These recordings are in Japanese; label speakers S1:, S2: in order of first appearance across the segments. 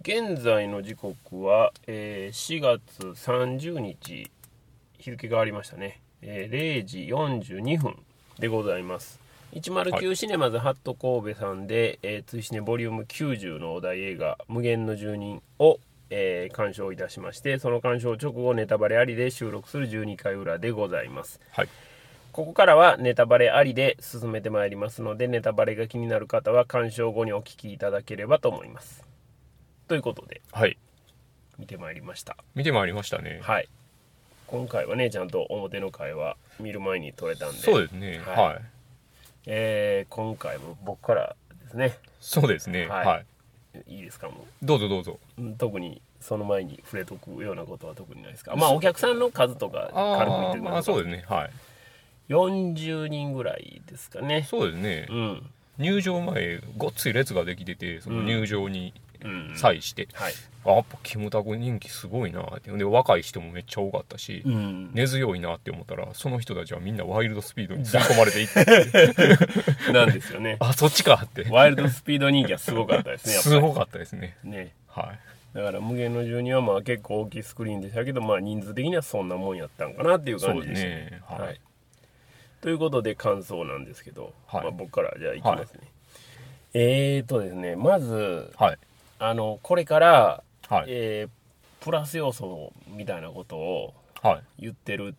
S1: 現在の時刻は、えー4月30日日付がありましたね、えー0時42分でございます109シネマズハット神戸さんで「えー、ツイシネボリューム90のお題映画「無限の住人を」えー鑑賞いたしましてその鑑賞直後ネタバレありで収録する12回裏でございます
S2: はい
S1: ここからはネタバレありで進めてまいりますのでネタバレが気になる方は鑑賞後にお聞きいただければと思いますということで
S2: はい
S1: 見てまいりました
S2: 見てまいりましたね、
S1: はい今回はねちゃんと表の回は見る前に撮れたんで
S2: そうですね
S1: は
S2: はいい、
S1: えー今回も僕からですね
S2: そうですね
S1: は
S2: はいい、
S1: いいですかも
S2: どうぞどうぞ
S1: ううん特にその前に触れとくようなことは特にないですかまあお客さんの数とか軽く言っ
S2: あ
S1: て
S2: ー
S1: くだ
S2: まあ
S1: さ
S2: そう
S1: い
S2: ですねはい
S1: 40人ぐらいですかね
S2: そうですね、
S1: うん
S2: 入場前ごっつい列ができててその入場に
S1: うん
S2: 際して、
S1: はい
S2: あやっぱキムタク人気すごいなってで若い人もめっちゃ多かったし、
S1: うん
S2: 根強いなって思ったらその人たちはみんなワイルドスピードに吸い込まれていって
S1: なんですよね
S2: あそっちかって
S1: ワイルドスピード人気はすごかったですね、やっぱ
S2: すごかったですね
S1: り。ね。
S2: はい
S1: だから、無限の住人はまあ結構大きいスクリーンでしたけど、まあ人数的にはそんなもんやったんかなっていう感
S2: そう
S1: じ
S2: で
S1: ですす
S2: ねはい、
S1: はい。ということで感想なんですけど、
S2: はい
S1: まあ僕からじゃあいきますね。えーとですね、まず、
S2: はい
S1: あの、これから、
S2: はい
S1: えープラス要素みたいなことを
S2: はい
S1: 言ってる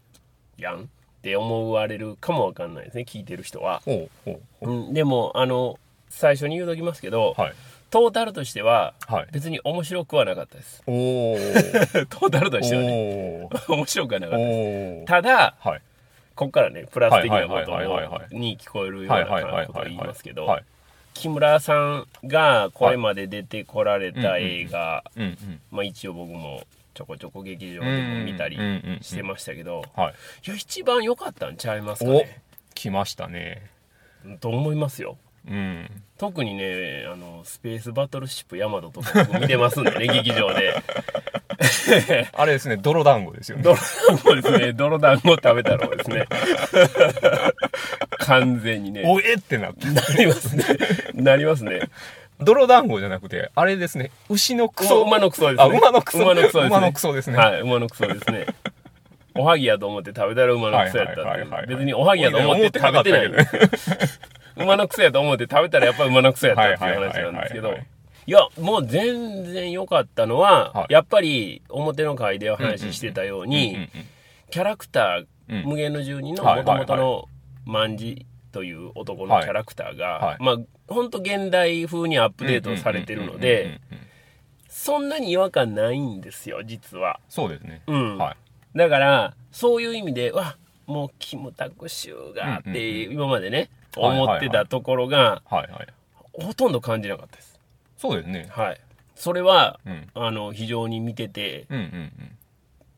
S1: やんって思われるかもわかんないですね、聞いてる人は。
S2: おうおうおう
S1: うん、でも、あの、最初に言うときますけど、
S2: はい
S1: トータルとしては、
S2: はい
S1: 別に面白くはなかった です。
S2: おお
S1: トータルとしてはね、
S2: お
S1: 面白くはなかったです。
S2: お
S1: ただ、
S2: はい
S1: ここからね、プラス的なこ
S2: はいはいはいはいはい
S1: とに聞こえるよう
S2: はいはい
S1: な
S2: はい
S1: ことを
S2: は
S1: 言
S2: い
S1: い
S2: は
S1: ま
S2: い
S1: すけど
S2: は、い
S1: 木村さんがこれまで出てこられた映画、
S2: うんうん
S1: まあ一応僕もちょこちょこ劇場でも見たり
S2: うんうんうんうん
S1: してましたけど、
S2: はい
S1: いや、一番良かったんちゃいますか
S2: お
S1: ね。
S2: 来ましたね
S1: と思いますよ。
S2: うん
S1: 特にね、あの、スペースバトルシップヤマトとか僕見てますんで ね、劇場で。
S2: あれですね泥団子 ですよね
S1: 泥団子ですね。泥団子食べたろうですね。 完全にね。
S2: おえってなって
S1: なりますね。なりますね。
S2: 泥団子じゃなくてあれですね牛のク
S1: 馬
S2: ソ
S1: 馬のクソですね。
S2: あ馬のクソ
S1: 馬のクソですね。
S2: 馬のクソですね
S1: はい、馬のクソですね。おはぎやと思って食べたら馬のクソやった
S2: は
S1: っ
S2: いはいはいは
S1: て。
S2: い
S1: 別におはぎやと思って食べてないんです。 馬のクソやと思って食べたらやっぱり馬のクソやったっていう話なんですけ
S2: はいはいはいはい
S1: ど
S2: はい。
S1: いや、もう全然良かったのは、
S2: はい
S1: やっぱり表の回でお話ししてたように、
S2: うんうん
S1: キャラクター、
S2: うん
S1: 無限の住人の
S2: はい
S1: もと
S2: はい
S1: もとの万事という男のキャラクター
S2: は
S1: が
S2: い、
S1: まあ、ほんと現代風にアップデートされてるの
S2: うんうんうん
S1: で、
S2: うんうん
S1: そんなに違和感ないんですよ、実は。
S2: そうですね、
S1: うん
S2: はい
S1: だから、そういう意味で、わもうキムタクシュがっ
S2: うんうん
S1: て、今までね、
S2: はいはいは
S1: 思
S2: い
S1: ってたところが、
S2: はいはい
S1: ほとんど感じなかったです。
S2: そうですね
S1: はい。それは、
S2: うん
S1: あの、非常に見てて、
S2: うんうん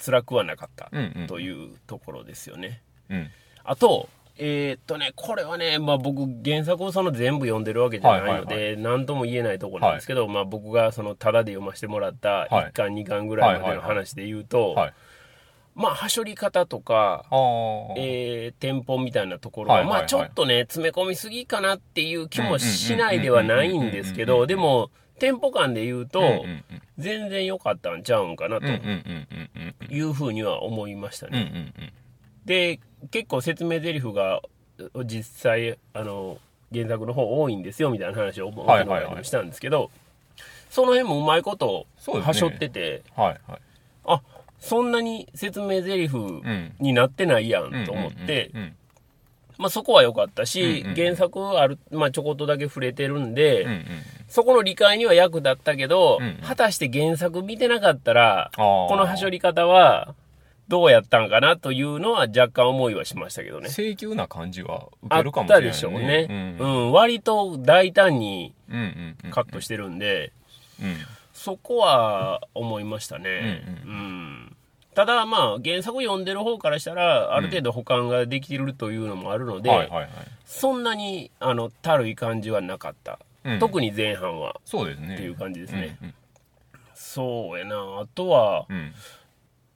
S1: 辛くはなかった
S2: うんうんうん
S1: というところですよね。
S2: うん
S1: あと、えーっとね、これはね、まあ僕、原作をその全部読んでるわけじゃないの
S2: はいは
S1: で、なんとも言えないところなんですけど、まあ僕がそのタダで読ませてもらった
S2: はい
S1: 1巻、2巻ぐらいまで
S2: はい
S1: の
S2: はいはい
S1: 話で言うと、
S2: はい
S1: まあ、はしょり方とか、
S2: ああ
S1: えー、テンポみたいなところは、
S2: はいはいはい
S1: まあちょっとね、詰め込みすぎかなっていう気もしないではないんですけど、でも、テンポ感で言うと、
S2: うんうんうん
S1: 全然良かったんちゃうんかな
S2: うんうん
S1: と
S2: うんうん
S1: いうふうには思いましたね。
S2: うんうんうん
S1: で結構説明台詞がう実際あの原作の方多いんですよみたいな話を僕
S2: はい
S1: の
S2: はいはい
S1: 中でもしたんですけど、その辺もうまいこと
S2: そうですね
S1: はしょってて、
S2: はいはい
S1: あそんなに説明台詞
S2: ん
S1: になってないやんと思って、まあ、そこは良かったし、
S2: うんうんうん
S1: 原作はある、まあ、ちょこっとだけ触れてるんで、
S2: うんうんうん
S1: そこの理解には役立ったけど、
S2: うんうん
S1: 果たして原作見てなかったら、
S2: あー
S1: このはしょり方はどうやったんかなというのは若干思いはしましたけどね。
S2: 請求な感じは受
S1: あ
S2: け
S1: っ
S2: るかもしたれない
S1: でしょうね。う
S2: うん
S1: ん、割と大胆に
S2: うんうんうん
S1: カットしてるんで、
S2: うん
S1: そこは思いましたね。うん、
S2: う
S1: ただまあ原作読んでる方からしたらある程度保管ができてるというのもあるので、
S2: はいはいはい
S1: そんなにあのたるい感じはなかった、
S2: うん
S1: 特に前半は
S2: そうですね
S1: っていう感じですね
S2: うん
S1: そうやなあとは、
S2: うんうん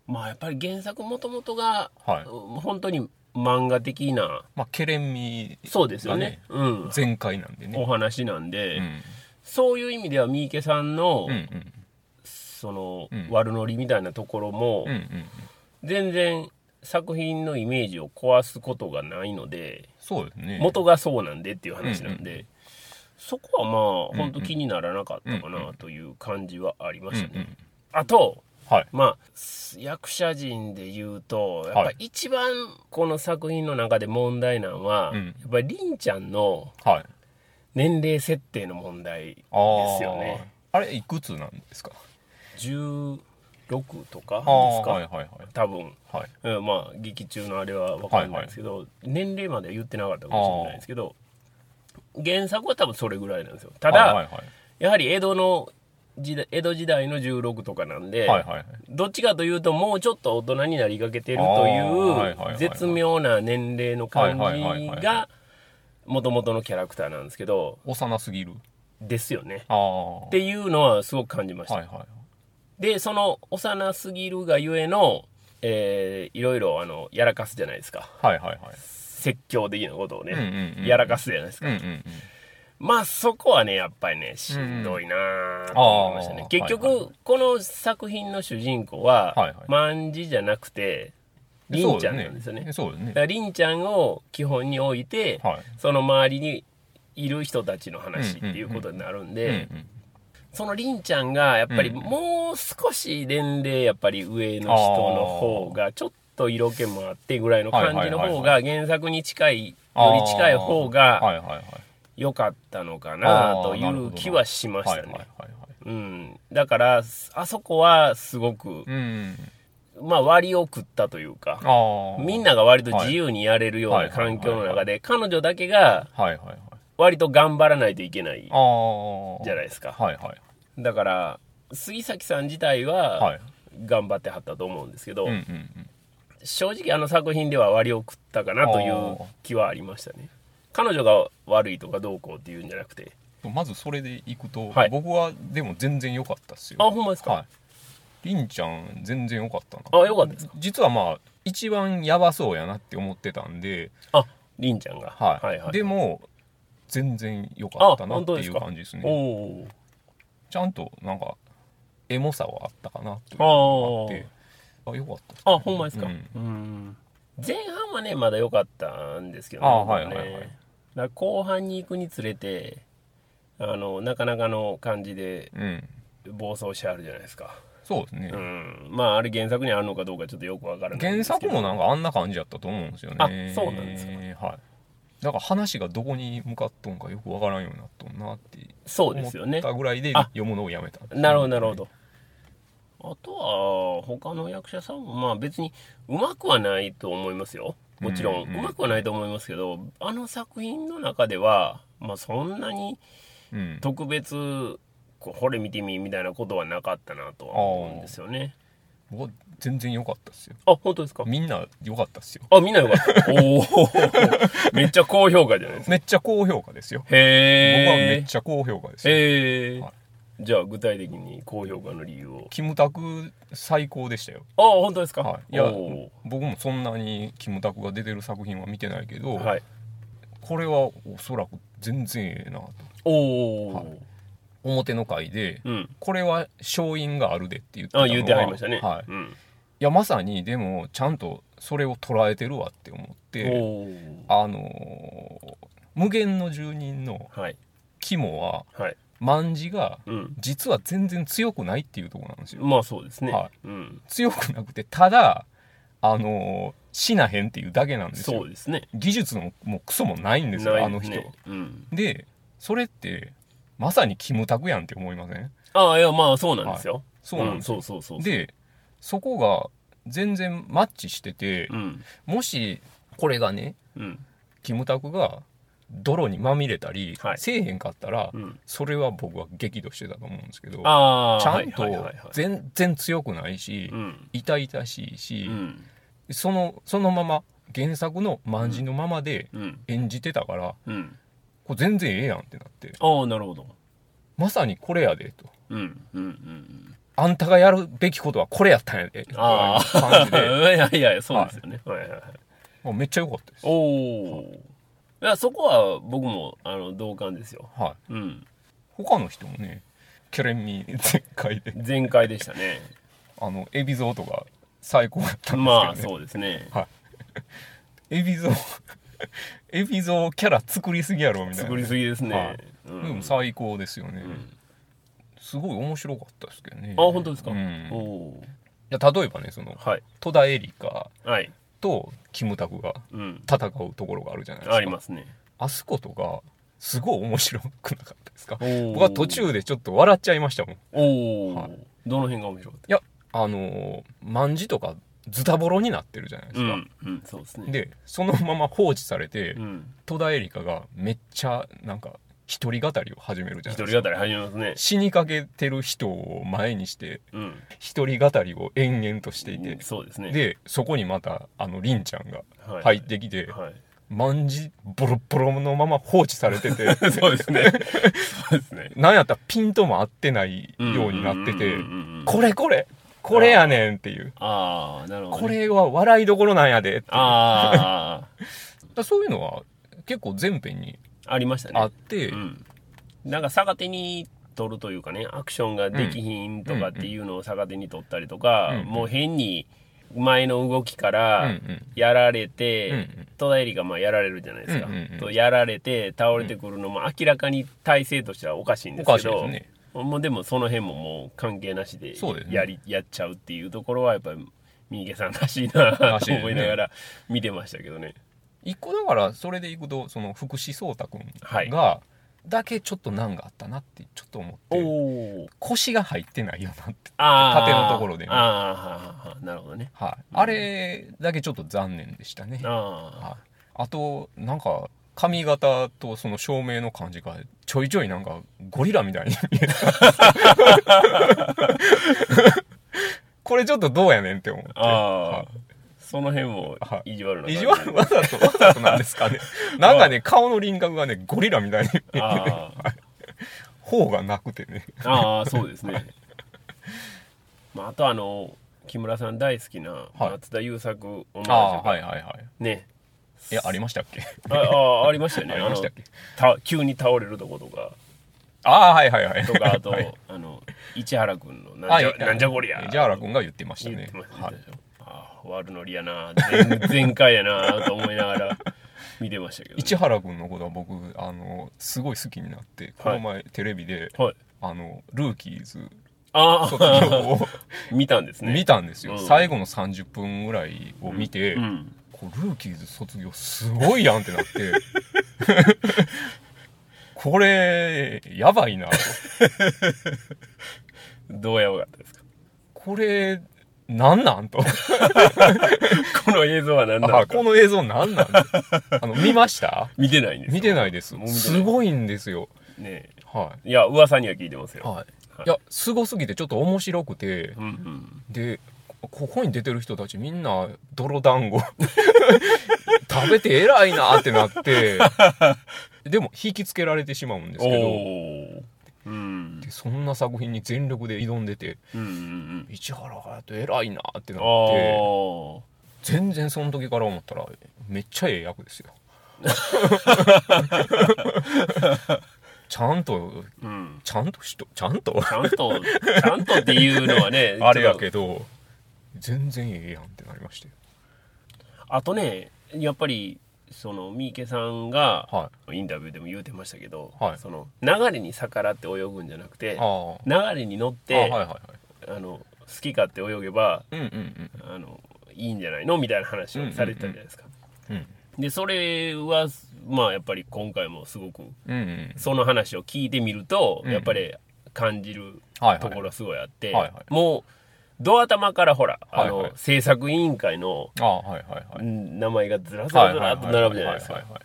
S1: まあやっぱり原作もともとが、
S2: はい
S1: 本当に漫画的な
S2: まあケレン味
S1: そうですよねうん
S2: 全開なんで
S1: お
S2: ね
S1: 話なんで、
S2: うん
S1: そういう意味では三池さんの、
S2: うんうん
S1: その、
S2: うん
S1: 悪ノリみたいなところも、
S2: うんうん
S1: 全然作品のイメージを壊すことがないので、
S2: そうですね
S1: 元がそうなんでっていう話なんで、
S2: うん
S1: そこはま
S2: うん
S1: あ本当気にならなかったか
S2: うんう
S1: なという感じはありま
S2: うんう
S1: したね。
S2: ん
S1: あと
S2: はい
S1: まあ役者陣で言うとやっ
S2: は
S1: ぱ
S2: い
S1: 一番この作品の中で問題なのは、
S2: うん
S1: やっぱり凛ちゃんの
S2: はい
S1: 年齢設定の問題
S2: あー
S1: ですよね
S2: あれいくつなんですか
S1: 16とかですか、
S2: はいはいはい
S1: 多分、
S2: はい
S1: うん、まあ劇中のあれは分かんないですけど、年齢までは言ってなかったかもしれないですけど原作は多分それぐらいなんですよただ、
S2: はいはい
S1: やはり江戸の時代江戸時代の16とかなんで、
S2: はいはいはい
S1: どっちかというともうちょっと大人になりかけてる
S2: あ
S1: と
S2: ーはいはいはい
S1: い
S2: はいう
S1: 絶妙な年齢の感
S2: はいはいはい
S1: じ
S2: は
S1: がもともとのキャラクターなんですけど
S2: 幼すぎる
S1: ですよね
S2: ああ
S1: っていうのはすごく感じました、
S2: はいはい
S1: でその幼すぎるがゆえの、えーいろいろあのやらかすじゃないですか
S2: はいはいはい
S1: 説教的なことをね、
S2: うんうんうん
S1: やらかすじゃないです
S2: う
S1: か、
S2: んうんうん
S1: まあそこはねやっぱりねしんどいなぁと思いましたね、
S2: あー
S1: 結局、
S2: はいは
S1: この作品の主人公は、
S2: はいはい
S1: 万字じゃなくてりんちゃんなんですよね
S2: そうですね
S1: だからりんちゃんを基本に置いて、
S2: はい
S1: その周りにいる人たちの話っていうことになるんで、
S2: うんうん
S1: そのりんちゃんがやっぱり
S2: うんうん
S1: もう少し年齢やっぱり上の人の方がちょっと色気もあってぐらいの感じの
S2: はいはい
S1: 方が
S2: は
S1: 原作に近いよ
S2: あー
S1: り近い方
S2: は
S1: が
S2: いはいはい
S1: 良かったのかな
S2: あー
S1: とい
S2: なるほど
S1: う
S2: な
S1: 気はしまし
S2: はい
S1: た
S2: はいはい
S1: ね。
S2: はい
S1: うん、だからあそこはすごく
S2: う、ん
S1: まあ、割を食ったというか
S2: ああ
S1: みんなが割と自由にやれるよう
S2: はい
S1: な環境の中で彼女だけが
S2: はいはいはい
S1: 割と頑張らないといけない
S2: ああ
S1: じゃないですか。
S2: はいはい
S1: だから杉咲さん自体
S2: は
S1: はい頑張ってはったと思うんですけど、
S2: うんうんうん
S1: 正直あの作品では割を食ったかなという気はありましたね彼女が悪いとかどうこうっていうんじゃなくて
S2: まずそれでいくと、
S1: はい
S2: 僕はでも全然良かったっすよ
S1: あほんまですか、
S2: はいりんちゃん全然良かった
S1: あ
S2: な
S1: よかったですか
S2: 実はまあ一番やばそうやなって思ってたんで、
S1: ありんちゃんが、
S2: はい
S1: はいはい
S2: でも全然良かったなっていう
S1: あ
S2: 感じです
S1: おお
S2: ねちゃんとなんかエモさはあったかなとい
S1: あ
S2: うのがあっ
S1: ー
S2: てあ良かったっすね
S1: あほんまですか、
S2: う
S1: うん前半はねまだ良かったんですけど
S2: あ
S1: ね
S2: はい
S1: 僕
S2: はいはい
S1: だから後半に行くにつれてあのなかなかの感じで
S2: うん
S1: 暴走してあるじゃないですか
S2: そうですね、
S1: うん、まああれ原作にあるのかどうかちょっとよくわからないん
S2: 原
S1: ですけ
S2: 作
S1: ど
S2: もなんかあんな感じやったと思うんですよね
S1: あそうなんです
S2: かはいだから話がどこに向かっとんかよくわからんようになっとんなって
S1: そう
S2: 思
S1: ですよね
S2: ったぐらいで
S1: あ
S2: 読むのをやめたんですよね
S1: なるほどなるほどあとは他の役者さんもまあ別にうまくはないと思いますよもちろ
S2: うんんうん
S1: うまくはないと思いますけどあの作品の中ではまあそんなに
S2: うん
S1: 特別こうこれ見てみみたいなことはなかったなとは思うんですよね
S2: 僕は全然良かったっすよ
S1: あ本当ですか
S2: みんな良かったっすよ
S1: あみんなよかったおお めっちゃ高評価じゃないですか
S2: めっちゃ高評価ですよ僕はめ
S1: へえ
S2: っちゃ高評価ですよ
S1: へえ、
S2: はい
S1: じゃあ具体的に高評価の理由を
S2: キムタク最高でしたよ
S1: あ本当ですか
S2: はいいや
S1: お
S2: 僕もそんなにキムタクが出てる作品は見てないけど、
S1: ーはい
S2: これはおそらく全然ええなと
S1: おお、
S2: はい表の回で、
S1: うん
S2: これは勝因があるでって言ってたの
S1: あ
S2: は
S1: 言うてありましたね、
S2: はい、い
S1: うん、
S2: やまさにでもちゃんとそれを捉えてるわって思って
S1: お
S2: あのー無限の住人の
S1: おはい
S2: 肝は
S1: はい
S2: 万事が
S1: うん
S2: 実は全然強くないっていうところなんですよ
S1: まあそうですね、
S2: はい
S1: うん、
S2: 強くなくてただあのー死なへんっていうだけなんです
S1: そ
S2: よ
S1: うですね
S2: 技術のもうクソもないんですよ
S1: ない
S2: あの人
S1: ねうん、
S2: でそれってまさにキムタクやんって思いません
S1: ああいやまあそうなんですよ、
S2: そうなんですよ
S1: んそうそうそうそう
S2: でそこが全然マッチしてて、
S1: うん
S2: もしこれがね
S1: うん
S2: キムタクが泥にまみれたり、
S1: はい
S2: せえへんかったら、
S1: うん
S2: それは僕は激怒してたと思うんですけどち
S1: ああ
S2: ゃん
S1: はいはいはい
S2: と
S1: はい
S2: 全然強くないし、
S1: うん
S2: 痛々しいし
S1: う、ん
S2: そのそのまま原作の漫字のままで
S1: うん
S2: 演じてたから
S1: うん
S2: これ全然ええやんってなって
S1: ああなるほど
S2: まさにこれやでと。
S1: うんうんうんうん
S2: あんたがやるべきことはこれやったんやで。
S1: あ
S2: みたいな感じ
S1: あ
S2: で。
S1: いやいやそうですよね、はいはいはい
S2: もうめっちゃ良かったです。
S1: おお、いやそこは僕もあの同感ですよ
S2: はい。
S1: うん
S2: 他の人もねレミ全開で
S1: 全開でしたね
S2: あのエビゾとか最高だったんですけど、ね、
S1: まあそうですね
S2: エビゾ エビゾキャラ作りすぎやろみたいな
S1: 作りすぎですね、
S2: はい
S1: うん
S2: でも最高ですよね、
S1: ん
S2: すごい面白かったですけどね
S1: あ本当ですか、
S2: うん
S1: お
S2: い
S1: お
S2: や例えばねその
S1: はい
S2: 戸田恵梨香
S1: はい
S2: とキムタクが
S1: うん
S2: 戦うところがあるじゃないですか
S1: ありますね
S2: あそことがすごい面白くなかったですか
S1: 僕
S2: 僕は途中でちょっと笑っちゃいましたもんい
S1: おお、
S2: はい
S1: どの辺が面白かっ
S2: やあのー万字とかズタボロになってるじゃないで
S1: たう
S2: すか、
S1: ん、うん、そうですね
S2: でそのまま放置されて、
S1: うん
S2: 戸田恵梨香がめっちゃなんか一人語りを始めるじゃ
S1: 一
S2: ないで
S1: 人
S2: すか
S1: 語り始めますね
S2: 死にかけてる人を前にして
S1: うん
S2: 一人語りを延々としていて、
S1: そうですね
S2: でそこにまたあの凛ちゃんが
S1: は
S2: 入ってきて、
S1: はい
S2: 万事ボロボロのまま放置されてて
S1: そうですねそうですね
S2: なんやったらピントも合ってないようになってて
S1: うんうんうんうんうん
S2: これこれこれやねんっていう
S1: ああなるほど、ね、
S2: これは笑いどころなんやでっていう
S1: あ
S2: だからそういうのは結構全編に
S1: あありましたね
S2: あって、
S1: うん、なんか逆手に取るというかねアクションができひんとかっていうのを逆手に取ったりとか、
S2: うんうん
S1: もう変に前の動きか
S2: うん
S1: ら
S2: うん
S1: やられ
S2: うんう
S1: て、
S2: ん
S1: 戸田恵梨がまあやられるじゃないですか、
S2: うんうんうん
S1: とやられて倒れてくるのも明らかに体勢としてはおかしいんで
S2: お
S1: す
S2: か
S1: け
S2: しいで
S1: ど
S2: すね
S1: もうでもその辺ももう関係なしで
S2: そうですね
S1: やりやっちゃうっていうところはやっぱり三池さんらしいな
S2: らし
S1: と
S2: いですね
S1: 思いながら見てましたけどね。
S2: 一個だからそれでいくとその福士蒼太君
S1: はい
S2: がだけちょっと難があったなってちょっと思って、
S1: お
S2: 腰が入ってないよなって、
S1: あー
S2: 縦のところでね
S1: あーはーはーはーなるほどね。
S2: はい、あれだけちょっと残念でしたね、
S1: あ
S2: はい、あとなんか髪型とその照明の感じがちょいちょいなんかゴリラみたいに見えたんですけどこれちょっとどうやねんって思って
S1: あああその辺も意地悪な
S2: 意地悪わざとわざとなんです かねなんかね顔の輪郭がねゴリラみたいに
S1: あ
S2: 頬がなくてね
S1: あああそうですね、まあ、あとあの木村さん大好きな松田優作オマージ
S2: ああ
S1: ュが
S2: はいはいはい
S1: ね
S2: えありましたっけ
S1: ああありましたよね
S2: ありましたっけ
S1: あのた急に倒れるとことか
S2: ああはいはいはい
S1: とかあと、
S2: はい
S1: あの市原君のなんじゃ「なんじゃこりゃ」
S2: ジャーラ君が言ってました
S1: 言
S2: ね
S1: ってましたね、
S2: はい
S1: ああ悪ノリやな全全開やなと思いながら見てましたけど、ね、
S2: 市原君のことは僕あのすごい好きになってこの前テレビで、
S1: はい
S2: あ のルーキーズ
S1: あ
S2: 卒業
S1: あ
S2: を
S1: 見たんですね
S2: 見たんですよ、
S1: うん
S2: 最後の30分ぐらいを見て、
S1: うん
S2: こうルーキーズ卒業すごいやんってなって これやばいなと
S1: どうやばかったですか
S2: これなんなんと
S1: この映像は何なの
S2: あ
S1: か
S2: この映像なんなんあの見ました
S1: 見てないんです
S2: 見てないです
S1: もう見てない
S2: すごいんですよ
S1: ね
S2: は
S1: えいや噂には聞いてます
S2: い、
S1: よ、
S2: はい、いやすごすぎてちょっと面白くて、
S1: うんうん、
S2: でこここに出てる人たちみんな泥団子 食べて偉いなってなってでも引きつけられてしまうんです
S1: お
S2: けど
S1: おーうん
S2: でそんな作品に全力で挑んでて
S1: うんうんうん
S2: 市原隼人偉いなってな
S1: あ
S2: って
S1: ー
S2: 全然その時から思ったらめっちゃええ役ですよちゃんと
S1: うん
S2: ちゃんとしとちゃんと
S1: ちゃんとちゃんとっていうのはね
S2: あれや
S1: ちょっ
S2: けど全然ええやんってなりまして
S1: とあとねやっぱりその三池さんが
S2: は
S1: インタビューでも言うてましたけど、
S2: はい
S1: その流れに逆らって泳ぐんじゃなく
S2: い
S1: て
S2: あー
S1: 流れに乗っ
S2: あはい
S1: てあ,、
S2: はいはい
S1: の好き勝手泳げば
S2: うんうんうん
S1: あのいいんじゃないのみたいな話をされてたじゃないですか、
S2: うん
S1: でそれはまあやっぱり今回もすごく
S2: うんうん、
S1: その話を聞いてみると、
S2: うん
S1: やっぱり感じる
S2: はいはい
S1: ところがすごいあって、
S2: はいはい
S1: もうドア頭からほら、あの
S2: はいはい
S1: 制作委員会の
S2: ああはいはいはい
S1: うん名前がずらずらずらっと並ぶじゃないです
S2: は
S1: か
S2: は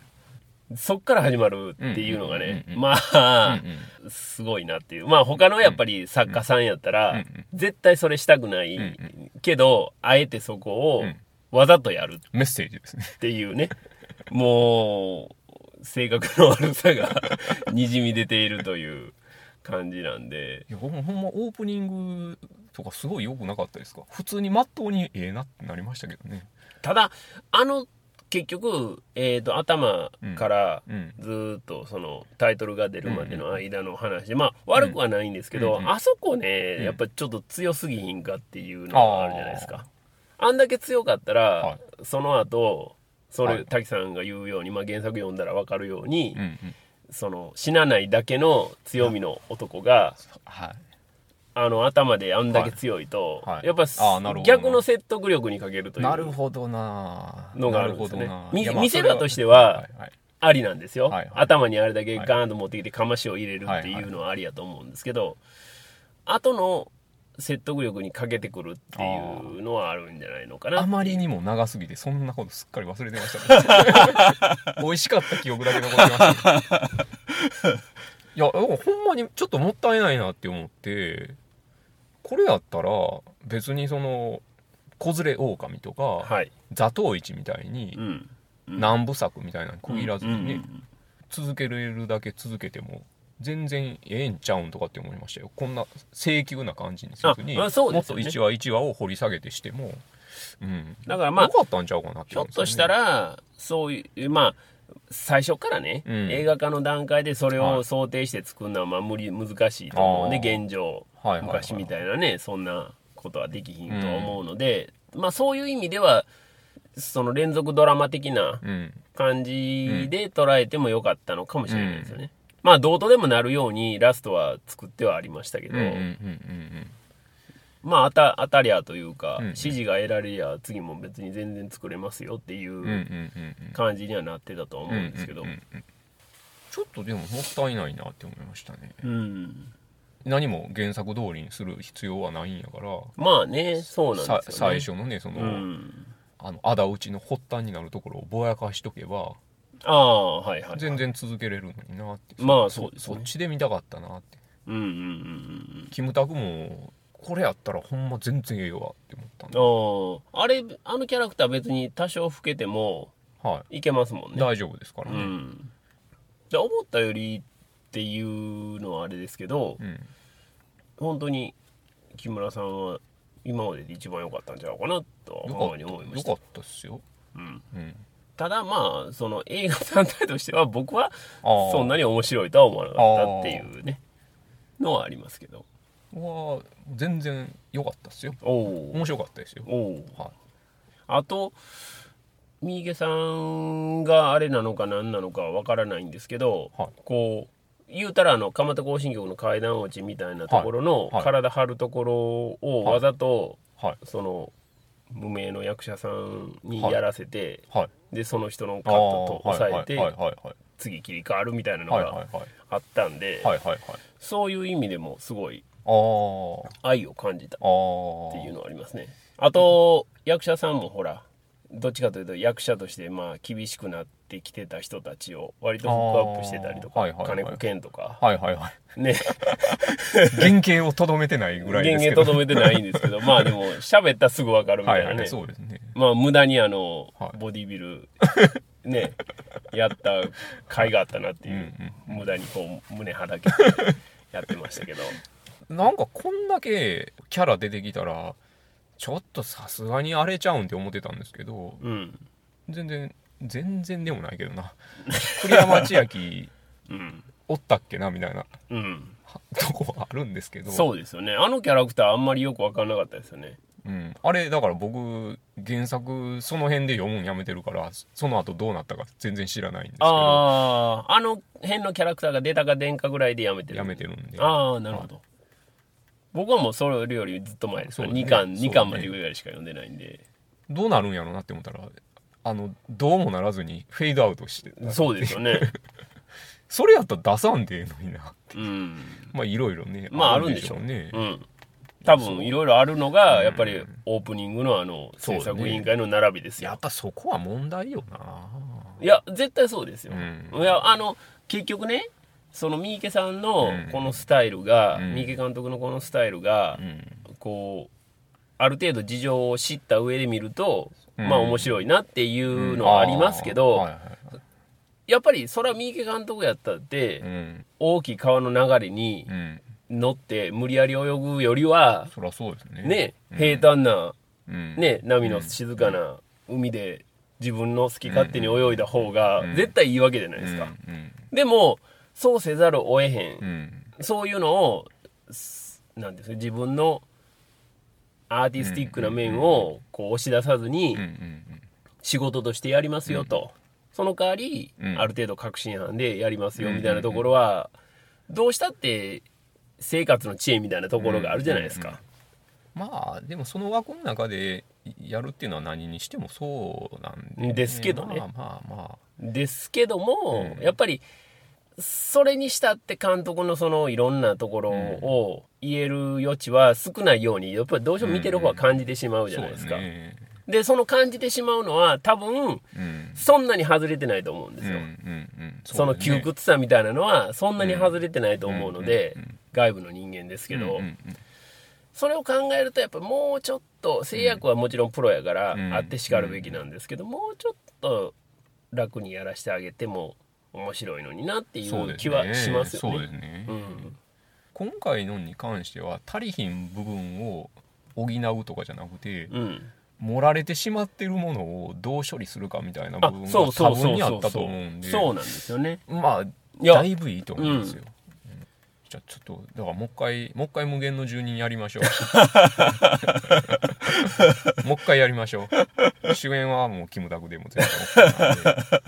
S1: そっから始まるっていうのがね、
S2: うんうんうんうん
S1: まあ
S2: い、はい
S1: すごいなっていうまあ他のやっぱり作家さんやったら、
S2: うんうん
S1: 絶対それしたくない、
S2: ん
S1: けどあえてそこを
S2: うん
S1: わざとやる
S2: メッセージですね
S1: っていうね もう性格の悪さが にじみ出ているという感じなんで
S2: いやほんほんまオープニングとかすごい良くなかったですか普通にまっとうにええなってなりましたけどね
S1: ただあの結局、えっ、と、頭から、
S2: うん
S1: ずーっとそのタイトルが出るまでの間の話で、まあ悪くはないんですけど、
S2: うんうん
S1: あそこ
S2: う
S1: ね
S2: ん
S1: やっぱちょっと強すぎひんかっていうのがあるじゃないですかあんだけ強かったら、
S2: はい
S1: その後それ、
S2: はい
S1: 滝さんが言うように、まあ、原作読んだら分かるように、
S2: うんうん
S1: その死なないだけの強みの男が、
S2: はい
S1: あの頭であんだけ強いと、
S2: はいはい
S1: やっぱ
S2: あーなるほどな
S1: 逆の説得力に欠けるとい
S2: なる
S1: う
S2: ほどな
S1: のがあるんですね
S2: なほどな
S1: み
S2: いやまあ
S1: 見せ場として
S2: は
S1: はい
S2: はい
S1: ありなんですよ、
S2: はいはい
S1: 頭にあれだけガーンと持ってきてかましを入れるって
S2: はいいうは
S1: のはありやと思うんですけど、後の説得力に欠けてくるっていうのはあるんじゃないのかな
S2: あまりにも長すぎてそんなことすっかり忘れてました、 ね、美味しかった記憶だけ残ってましたいやでもほんまにちょっともったいないなって思ってこれやったら別にその子連れ狼とか、
S1: はい、
S2: 座頭市みたいに
S1: うん、
S2: 何部作みたいなの区切らずにね、
S1: うんうん
S2: 続けれるだけ続けても全然ええんちゃうんとかって思いましたよこんな請求な感じにせずに
S1: ああそう
S2: も
S1: で
S2: っ
S1: すよ
S2: と
S1: ね
S2: 1話1話を掘り下げてしても、うん、
S1: だからまあ
S2: よかったんちゃうかなって
S1: ひょっとした、らそういうまあ最初からね、
S2: うん
S1: 映画化の段階でそれ
S2: は
S1: を
S2: い
S1: 想定して作るのはまあ無理難しいと思うね
S2: あー
S1: 現状
S2: はいはいはい
S1: 昔みたいなねそんなことはできひんとは思うので、まあそういう意味ではその連続ドラマ的な
S2: うん、
S1: 感じで捉えてもよかったのかもしれないですよね、まあどうとでもなるようにラストは作ってはありましたけ
S2: う
S1: ど、
S2: んうんうんうん
S1: まああた当たりゃというか、
S2: うん
S1: 指示が得られりゃ次も別に全然作れますよってい
S2: うんうんうん
S1: う
S2: うん
S1: 感じにはなってたと思うんですけど
S2: うんうんうんうんちょっとでももったいないなって思いましたね
S1: うん
S2: 何も原作通りにする必要はないんやから
S1: まあねそうなんですよ
S2: さ
S1: ね
S2: 最初のねその、
S1: うん
S2: あの仇討ちの発端になるところをぼやかしとけば
S1: ああはいはい
S2: 全然続けれるのになって
S1: まあそうです
S2: そ
S1: ね
S2: っちで見たかったなって
S1: うんうんうん
S2: キムタクもこれやったらほんま全然ええわって思ったん
S1: う
S2: で、
S1: んあああれあのキャラクター別に多少老けても
S2: はい
S1: けますもん
S2: い、
S1: ね
S2: 大丈夫ですから
S1: う
S2: ね、
S1: んで思ったよりっていうのはあれですけど
S2: うん
S1: 本当に木村さんは今までで一番良かったんちゃうかなとは
S2: よ
S1: ほん
S2: か
S1: ま
S2: った
S1: に思いま
S2: よ
S1: し
S2: か
S1: た
S2: ったっすよ、
S1: うん
S2: うん、
S1: ただまあその映画単体としては僕は
S2: あー
S1: そんなに面白いとは思わなかったっていうねのはありますけど
S2: は全然良かったっすよ
S1: おお
S2: 面白かったですよ、
S1: おお
S2: は
S1: あと三池さんがあれなのか何なのかわからないんですけど、
S2: はい
S1: こう言うたらあの蒲田行進曲の階段落ちみたいなところの
S2: はいはい
S1: 体張るところをわざと
S2: いはい
S1: その無名の役者さんに
S2: はい
S1: やらせて、
S2: はい
S1: でその人のカ
S2: あ
S1: ッ
S2: ー
S1: トと
S2: はいはい
S1: 抑えて、
S2: はいはいはい
S1: 次切り替わるみたいなの
S2: はいはいは
S1: が
S2: い
S1: あったんで、
S2: はいはいはい
S1: そういう意味でもすごい
S2: あー
S1: 愛を感じたっ
S2: あー
S1: ていうのはありますねあと役者さんもほらどっちかというと役者としてまあ厳しくなってきてた人たちを割とフックアップしてたりと
S2: あーは
S1: か
S2: いはいはい
S1: 金子健と か
S2: はいはいはい
S1: ね
S2: 原型をとどめてないぐらい
S1: 原
S2: ですけ
S1: 言
S2: ど
S1: とどめてないんですけどまあでも喋ったらすぐ分かるみた
S2: はいい
S1: な
S2: は
S1: ね
S2: いそうですね
S1: まあ無駄にあの
S2: はい
S1: ボディビルねやった甲斐があったなっていう無駄にこう胸はだけてやってましたけど
S2: なんかこんだけキャラ出てきたらちょっとさすがに荒れちゃうんって思ってたんですけど
S1: うん
S2: 全然全然でもないけどな栗山千 明
S1: うん
S2: おったっけなみたいな
S1: うん
S2: とこはあるんですけど
S1: そうですよねあのキャラクターあんまりよく分かんなかったですよね
S2: う、ん、あれだから僕原作その辺で読むんやめてるからその後どうなったか全然知らないんですけど
S1: あああの辺のキャラクターが出たか出んかぐらいでやめてる
S2: やめてるんで
S1: ああなるほど僕はもうそれよりずっと前です、
S2: そう
S1: ね、
S2: ね
S1: 2巻
S2: そうね
S1: 二巻までぐらいしか読んでないんで
S2: どうなるんやろうなって思ったらあのどうもならずにフェードアウトして
S1: そうですよね
S2: それやったら出さんでええのにな
S1: うん
S2: まあいろいろね
S1: まああるんでしょう
S2: あるね
S1: うん多分いろいろあるのが
S2: うん
S1: やっぱりオープニングのあの
S2: そう
S1: 制
S2: ね
S1: 作委員会の並びですよ、
S2: やっぱそこは問題よない
S1: や絶対そうですよ、
S2: うん
S1: いやあの結局ねその三池さんの
S2: うん
S1: このスタイルが、
S2: うん
S1: 三池監督のこのスタイルが、
S2: うん
S1: こうある程度事情を知った上で見ると、
S2: うん
S1: まあ面白いなっていうのはありますけど、
S2: あーはいはいはい
S1: やっぱりそれは三池監督やったって、
S2: うん
S1: 大きい川の流れに
S2: うん
S1: 乗って無理やり泳ぐよりは
S2: そりゃそうですね
S1: ね、
S2: うん
S1: 平坦な、
S2: うん
S1: ね、波の静かな海で自分の好き勝手に泳いだ方が
S2: うん
S1: 絶対いいわけじゃないですか、
S2: うん
S1: でもそうせざるを得へん、
S2: うんうん
S1: そういうのをすなんですね自分のアーティスティックな面をこう押し出さずに
S2: うんうん
S1: 仕事としてやりますよと、その代わり、
S2: うん
S1: ある程度確信犯でやりますよ
S2: うん
S1: みたいなところは、どうしたって生活の知恵みたいなところがあるじゃないですか、
S2: まあでもその枠の中でやるっていうのは何にしてもそうなんで、
S1: ですけどね
S2: まあまあま
S1: ですけども、
S2: うん
S1: やっぱりそれにしたって監督のそのいろんなところを言える余地は少ないようにやっぱりどうしても見てる方は感じてしま
S2: あ
S1: うじゃないですか、
S2: そうね
S1: でその感じてしまうのは多分
S2: うん
S1: そんなに外れてないと思うんですよ、
S2: うんうんうん
S1: その窮屈さみたいなのはそんなに外れてないと思うので、
S2: うんうんうん
S1: 外部の人間ですけど、
S2: うんうん
S1: それを考えるとやっぱもうちょっと制約はもちろんプロやから
S2: うん
S1: あってしかるべきなんですけど、もうちょっと楽にやらせてあげても面白いのになってい
S2: そう
S1: う
S2: です
S1: 気はしますよ
S2: そう
S1: ね
S2: ですね、
S1: うん。
S2: 今回のに関しては足りひん部分を補うとかじゃなくて、
S1: うん
S2: 盛られてしまってるものをどう処理するかみたいな
S1: あ
S2: 部分が
S1: そう
S2: 多
S1: そうそ
S2: 分
S1: う
S2: にあっ
S1: そ
S2: た
S1: う
S2: と
S1: そう
S2: 思うんで
S1: そうなんですよね
S2: まあ
S1: いや
S2: だいぶいいと思うんですよ、うんじゃあちょっとだからもう一回もう一回無限の住人やりま しょうもう一回やりましょう主演はもうキムタクでも全然 OK なんで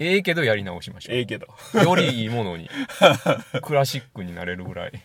S2: ええけどやり直しましょ
S1: ええけど
S2: うよりいいものにクラシックになれるぐらい
S1: ね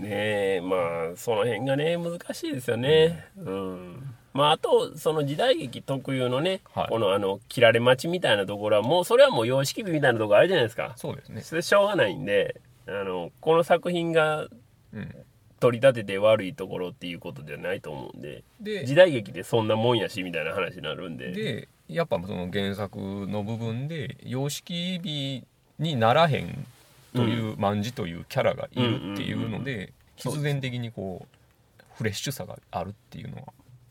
S1: えまあその辺がね難しいですよねうん、まああとその時代劇特有のね、
S2: はい
S1: このあの切られ待ちみたいなところはもうそれはもう様式美みたいなところあるじゃないですか
S2: そうですね
S1: それしょうがないんであのこの作品が
S2: うん
S1: 取り立てて悪いところっていうことじゃないと思うんで
S2: で
S1: 時代劇でそんなもんやしみたいな話になるんで
S2: でやっぱその原作の部分で様式美にならへんという万事というキャラがいるっていうので
S1: そうです
S2: 必然的にこうフレッシュさがあるっていうのは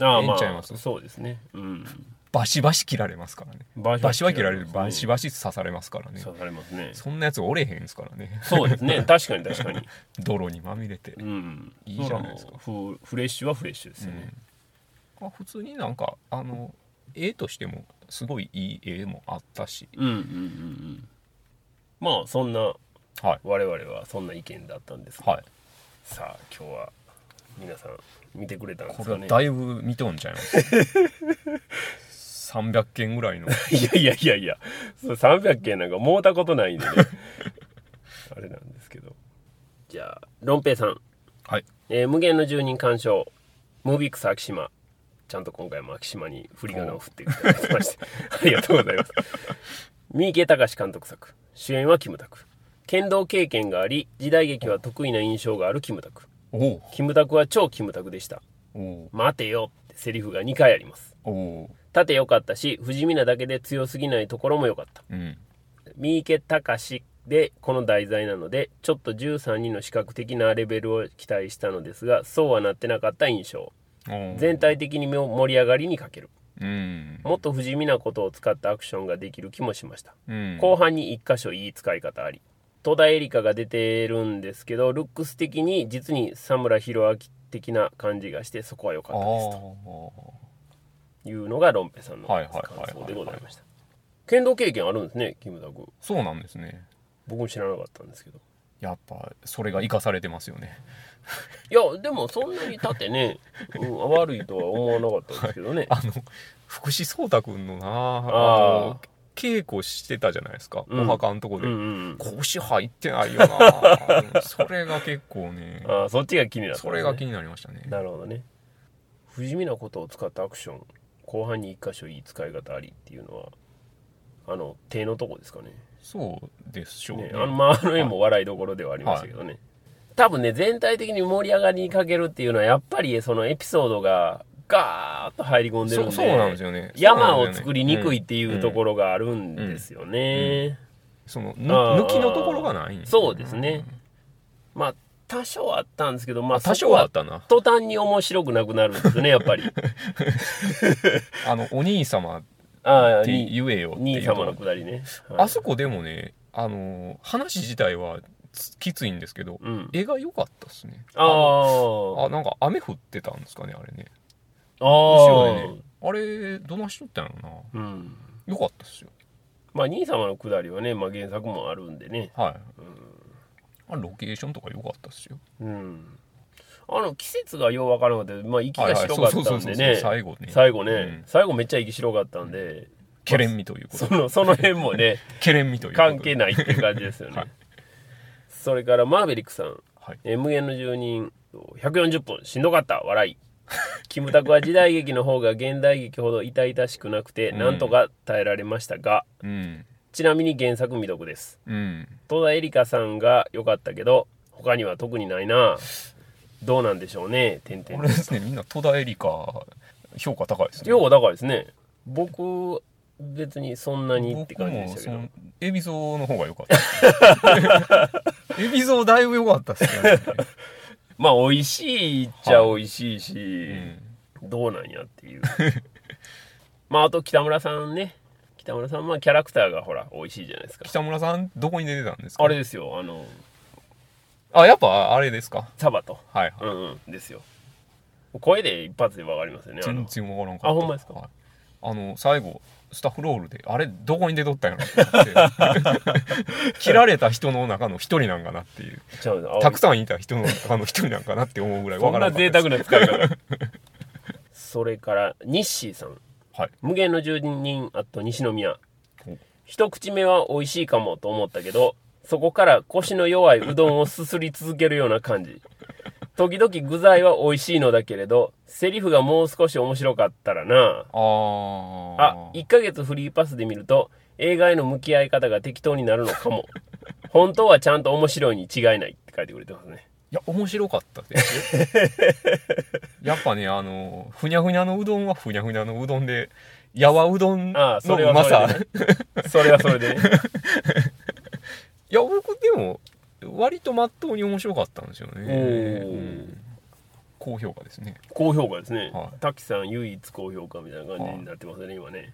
S1: ああ
S2: ええんちゃいます
S1: そうですねうん
S2: バシバシ切られますからね
S1: バ
S2: バシは切られるバシ
S1: バ
S2: バシ刺されますからね
S1: 刺されますね
S2: そんなやつ折れへんすからね
S1: そうですね確かに確かに
S2: 泥にまみれて
S1: うん
S2: いいじゃないですか
S1: そらもうフフレッシュはフレッシュですよね、
S2: まあ普通になんかあの絵としてもすごいいい絵もあったし
S1: うん、うんうんうんまあそんな
S2: はい
S1: 我々はそんな意見だったんですが、
S2: はい
S1: さあ今日は皆さん見てくれたんです
S2: これ
S1: か
S2: は
S1: ね
S2: だいぶ見とんちゃいます300件ぐらいの
S1: いやいやいやいやそれ300件なんかもうたことないんで ねあれなんですけどじゃあロンペイさん、
S2: はい
S1: えー無限の住人鑑賞ムービックス昭島ちゃんと今回も昭島に振り仮名を振っていただきまして ありがとうございます三池隆監督作主演はキムタク剣道経験があり時代劇は得意な印象があるキムタク
S2: おお
S1: キムタクは超キムタクでした
S2: お
S1: 待てよってセリフが2回あります
S2: おお
S1: 盾良かったし不死身なだけで強すぎないところも良かった
S2: うん
S1: 三池隆でこの題材なのでちょっと13人の視覚的なレベルを期待したのですがそうはなってなかった印象
S2: お
S1: 全体的に盛り上がりに欠ける
S2: うん
S1: もっと不死身なことを使ったアクションができる気もしました
S2: うん
S1: 後半に1箇所いい使い方あり戸田恵梨香が出てるんですけどルックス的に実に佐村弘明的な感じがしてそこは良か
S2: あ
S1: ったですと
S2: あ
S1: いうのがロンペさんの
S2: はい
S1: 感
S2: はいはいはい
S1: 想でございました剣道経験あるんですねキムタク
S2: そうなんですね
S1: 僕も知らなかったんですけど
S2: やっぱそれが生かされてますよね
S1: いやでもそんなに立って ね、うん悪いとは思わなかったんですけどね、
S2: あの福士颯太君のな
S1: あ
S2: あの稽古してたじゃないですか、
S1: うん
S2: お墓のとこで、
S1: うんうん
S2: 腰入ってないよ なそれが結構ね
S1: あーそっちが気になった、
S2: それが気になりましたね
S1: なるほどね不死身なことを使ったアクション後半に1箇所いい使い方ありっていうのはあの手のとこですかね
S2: そうでしょうね
S1: ねあのまああの絵も笑いどころではありましたけどね、多分ね全体的に盛り上がりにかけるっていうのはやっぱりそのエピソードがガーッと入り込んでるん
S2: そ
S1: で
S2: そうなんですよね
S1: 山を作りにくいって
S2: う
S1: い
S2: んう
S1: うんところがあるんですよね、
S2: そのぬ
S1: あー
S2: 抜きのところがないんよ
S1: そうですねまあ多少あったんですけどまあ
S2: 多
S1: そ
S2: 少
S1: こ
S2: はあ
S1: は
S2: ったな
S1: 途端に面白くなくなるんですねやっ ぱり
S2: あのお兄様っ
S1: ああ
S2: て
S1: に
S2: 言えよってい
S1: 兄
S2: う
S1: 様の
S2: と
S1: くだりね、はい
S2: あそこでもねあの話自体はつきついんですけど
S1: うん
S2: 絵が良かったですね
S1: ああ
S2: あなんか雨降ってたんですかねあれね
S1: ああ
S2: 後ろでねあれどないしとったんやろ
S1: うん
S2: なよかったっすよ
S1: まあ兄様のくだりはね、まあ、原作もあるんでね
S2: はい、あれロケーションとか良かったっすよ
S1: うんあの季節がようわからなくて、まあ、息が白かったんで
S2: そう
S1: ね
S2: 最後ね
S1: 最後ね、
S2: うん
S1: 最後めっちゃ息白かったんで、
S2: ケレン味ということ
S1: そのその辺 もね
S2: ケレン味ということで
S1: 関係ないっていう感じですよね、
S2: はい
S1: それからマーベリックさん
S2: はい
S1: 「えー無限の住人」140分しんどかった笑い キムタクは時代劇の方が現代劇ほど痛々しくなくて
S2: うん
S1: なんとか耐えられましたが、
S2: うん
S1: ちなみに原作未読です
S2: うん
S1: 戸田恵梨香さんが良かったけど他には特にないなどうなんでしょうね点
S2: こ
S1: 々
S2: れですねみんな戸田恵梨香評価高いですね
S1: 量は高いですね僕別にそんなにって
S2: 僕
S1: 感じで
S2: も
S1: したけ
S2: そ
S1: ど
S2: の海老蔵の方が良かった 海老蔵だいぶ良かったっすね、
S1: まあ美味しいっちゃ美味しいし、
S2: うん
S1: どうなんやっていう まああと北村さんね北村さんはキャラクターがほら美味しいじゃないですか
S2: 北村さんどこに出てたんですか
S1: あれですよあの
S2: あやっぱあれですか
S1: サバと
S2: はい
S1: う
S2: はい、
S1: んうんですよ声で一発で分かりますよねあ
S2: 全
S1: の
S2: 然わからんかった
S1: あほんまですか
S2: はいあの最後スタッフロールであれどこに出とったんやろってなって 切られた人の中の一人なんかなっていう
S1: ちゃう
S2: たくさんいた人の中の一人なんかなって思うぐらいわ
S1: こ
S2: か
S1: ん
S2: ら
S1: なん
S2: かったで
S1: 贅
S2: す
S1: 沢な使い方 それから日誌さん
S2: はい
S1: 無限の住人あと西宮
S2: お
S1: 一口目は美味しいかもと思ったけどそこから腰の弱いうどんをすすり続けるような感じ時々具材は美味しいのだけれどセリフがもう少し面白かったらな
S2: あー
S1: あ1ヶ月フリーパスで見ると映画への向き合い方が適当になるのかも本当はちゃんと面白いに違いないって書いてくれてますね
S2: いや面白かったですよ やっぱねあのふにゃふにゃのうどんはふにゃふにゃのうどんでやわうどん
S1: あ
S2: の
S1: あそれは
S2: うまさ、
S1: それそれはそれでね
S2: いや僕でも割とまっとうに面白かったんですよね、
S1: おー
S2: うん高評価ですね
S1: 高評価ですね、
S2: はい
S1: 滝さん唯一高評価みたいな感じになってますね、今ね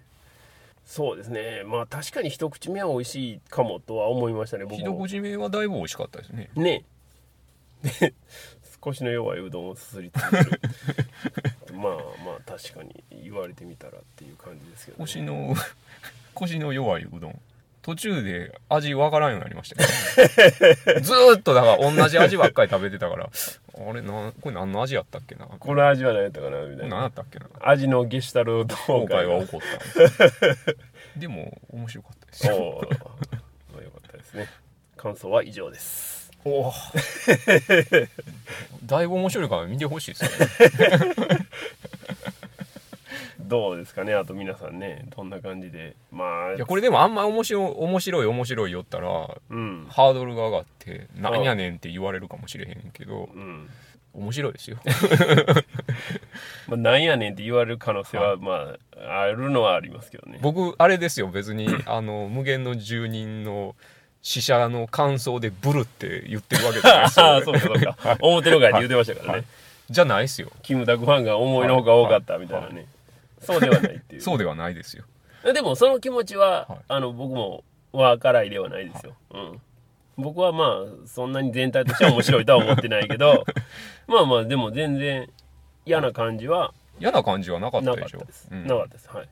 S1: そうですねまあ確かに一口目は美味しいかもとは思いましたね僕
S2: 一
S1: も
S2: 口目はだいぶ美味しかったですね
S1: ねで少しの弱いうどんをすすりつけ るまあまあ確かに言われてみたらっていう感じですけど、
S2: 腰の 腰の弱いうどん途中で味わからんようになりましたけど、 ね、ずーっとだから同じ味ばっかり食べてたからあれなこれ何の味やったっけなこ
S1: この味は何やったかなみたい
S2: れ何や
S1: な
S2: ったっけな
S1: 味のゲシュタルト
S2: 今
S1: 崩
S2: 回
S1: 壊
S2: は
S1: は
S2: 起こったんですでも面白かったですよ
S1: おーまあよかったですね感想は以上です
S2: お だいぶ面白いから見てほしいですよね
S1: どうですかねあと皆さんねどんな感じでまあ
S2: いやこれでもあんま面白い面白い面白いよったら
S1: うん
S2: ハードルが上がって「何やねん」って言われるかもしれへんけど
S1: うん
S2: 面白いですよ
S1: まあ、なんやねんって言われる可能性は、まああるのはありますけどね
S2: 僕あれですよ別にあの無限の住人の死者の感想で「ブル」って言ってるわけじゃないです
S1: ああそう
S2: よ
S1: かそうか表の外で言ってましたからね、
S2: じゃないですよ
S1: キムタクファンが思いのほか多かったみたいなね、そうではないっていう
S2: そうではないですよ
S1: でもその気持ちは、
S2: はい
S1: あの僕もわからいではないですよ、うん僕はまあそんなに全体としては面白いとは思ってないけ どまあまあでも全然嫌な感じは
S2: 嫌な感じはなかっ
S1: なか
S2: たで
S1: っ
S2: したょ
S1: です、
S2: うん
S1: なかったですはい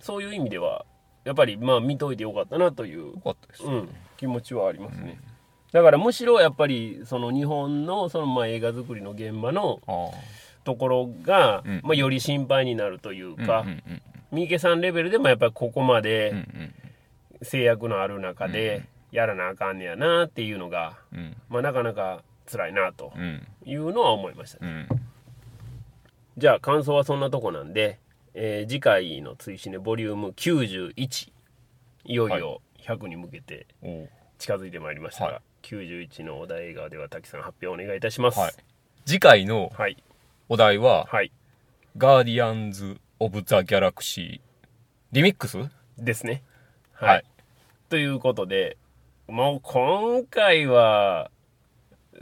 S1: そういう意味ではやっぱりまあ見といてよかったなという
S2: よかったです
S1: うん、気持ちはありますね、だからむしろやっぱりその日本のそのまあ映画作りの現場の
S2: ああ
S1: ところが、
S2: うん
S1: まあ、より心配になるというか、
S2: うんうんうん
S1: 三池さんレベルでもやっぱりここま
S2: うん
S1: で制約のある中でやらなあかんねやなっていうのが、
S2: うんうん
S1: まあ、なかなか辛いなと
S2: うん
S1: いうのは思いましたね、
S2: うん
S1: じゃあ感想はそんなとこなんで、えー次回の「追試ねボリューム91いよいよ100に向けて、
S2: おう
S1: 近づいてまいりましたが、
S2: はい
S1: 91のお題映画では滝さん発表お願いいたします
S2: はい次回の
S1: はい
S2: お題は
S1: はい
S2: 「ガーディアンズ・オブ・ザ・ギャラクシー」リミックスはい、
S1: ですねはい、ということでもう今回は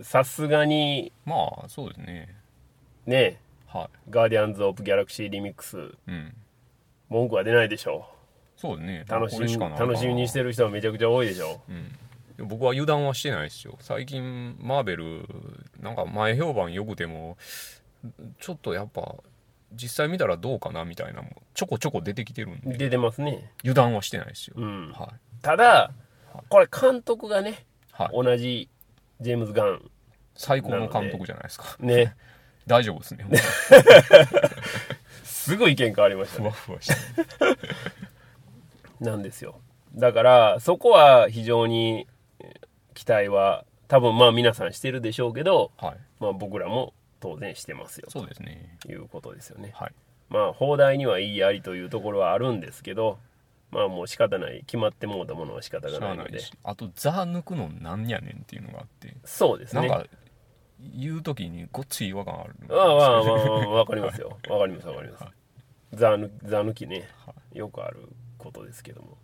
S1: さすがに
S2: まあそうですね
S1: ね
S2: は
S1: 「ガーディアンズ・オブ・ギャラクシー・リミックス
S2: いうん」
S1: 文句は出ないでしょ
S2: そうですね
S1: う楽し
S2: これ
S1: み
S2: かないかな
S1: 楽しみにしてる人はめちゃくちゃ多いでしょ
S2: でも僕は油断はしてないですよ最近マーベルなんか前評判良くてもちょっとやっぱ実際見たらどうかなみたいなのもちょこちょこ出てきてるんで
S1: 出てますね。
S2: 油断はしてないですよ、
S1: うん。
S2: は
S1: ただ、これ監督がね、
S2: い、はい、
S1: 同じジェームズ・ガン。
S2: 最高の監督じゃないですか
S1: ね。
S2: 大丈夫ですねもう
S1: すごい意見変わりました
S2: ふ
S1: ね。
S2: わふわして
S1: なんですよ。だから、そこは非常にえー期待は、多分まあ皆さんしてるでしょうけど、
S2: はい
S1: まあ僕らも当然してますよ。
S2: そうですね
S1: ということですよね。
S2: はい
S1: まあ放題にはいいありというところはあるんですけど、まあもう仕方ない。決まってもうたものは仕方
S2: 知
S1: が
S2: ら
S1: ない
S2: な
S1: の
S2: い
S1: で。
S2: しあと「ザ抜くのなんやねん」っていうのがあって
S1: そうです
S2: なん
S1: ね。
S2: か言う時にごっつい違和感あるんです
S1: あ
S2: よ
S1: あまあまあま あわかりますよ。わかりますわかります。ザ抜ザ抜きね。よくあることですけども。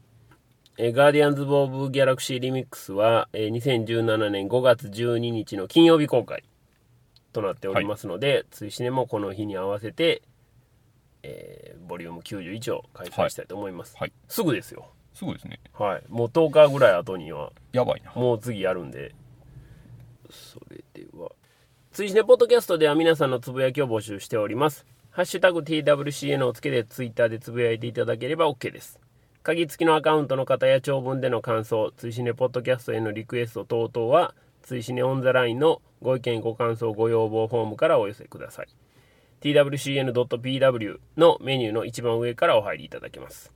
S1: えーガーディアンズ・オブ・ギャラクシー・リミックスは、えー2017年5月12日の金曜日公開となっておりますので、追試ねもこの日に合わせて、えーボリューム91を開催したいと思います。
S2: はい
S1: すぐですよ。
S2: すごいですね
S1: はい。もう10日ぐらい後には
S2: やばいな
S1: もう次やるんで。それでは。追試ねポッドキャストでは皆さんのつぶやきを募集しております。ハッシュタグ TWCN をつけてツイッターでつぶやいていただければ OK です。鍵付きのアカウントの方や長文での感想、追試ねポッドキャストへのリクエスト等々は、追試ねオンザラインのご意見、ご感想、ご要望フォームからお寄せください。twcn.pw のメニューの一番上からお入りいただけます。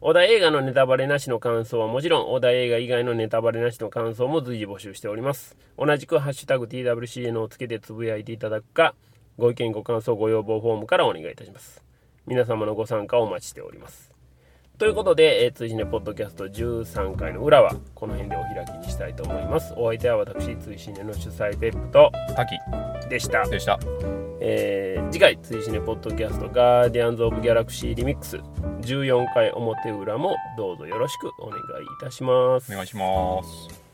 S1: お題映画のネタバレなしの感想はもちろん、お題映画以外のネタバレなしの感想も随時募集しております。同じく、ハッシュタグ TWCN をつけてつぶやいていただくか、ご意見、ご感想、ご要望フォームからお願いいたします。皆様のご参加をお待ちしております。ということで、えー、通信ねポッドキャスト13回の裏は、この辺でお開きにしたいと思います。お相手は私、通信ねの主催、ペップと、
S2: 滝
S1: でした。
S2: でした
S1: えー次回追試ねポッドキャスト「ガーディアンズ・オブ・ギャラクシー・リミックス」14回表裏もどうぞよろしくお願いいたします。
S2: お願いします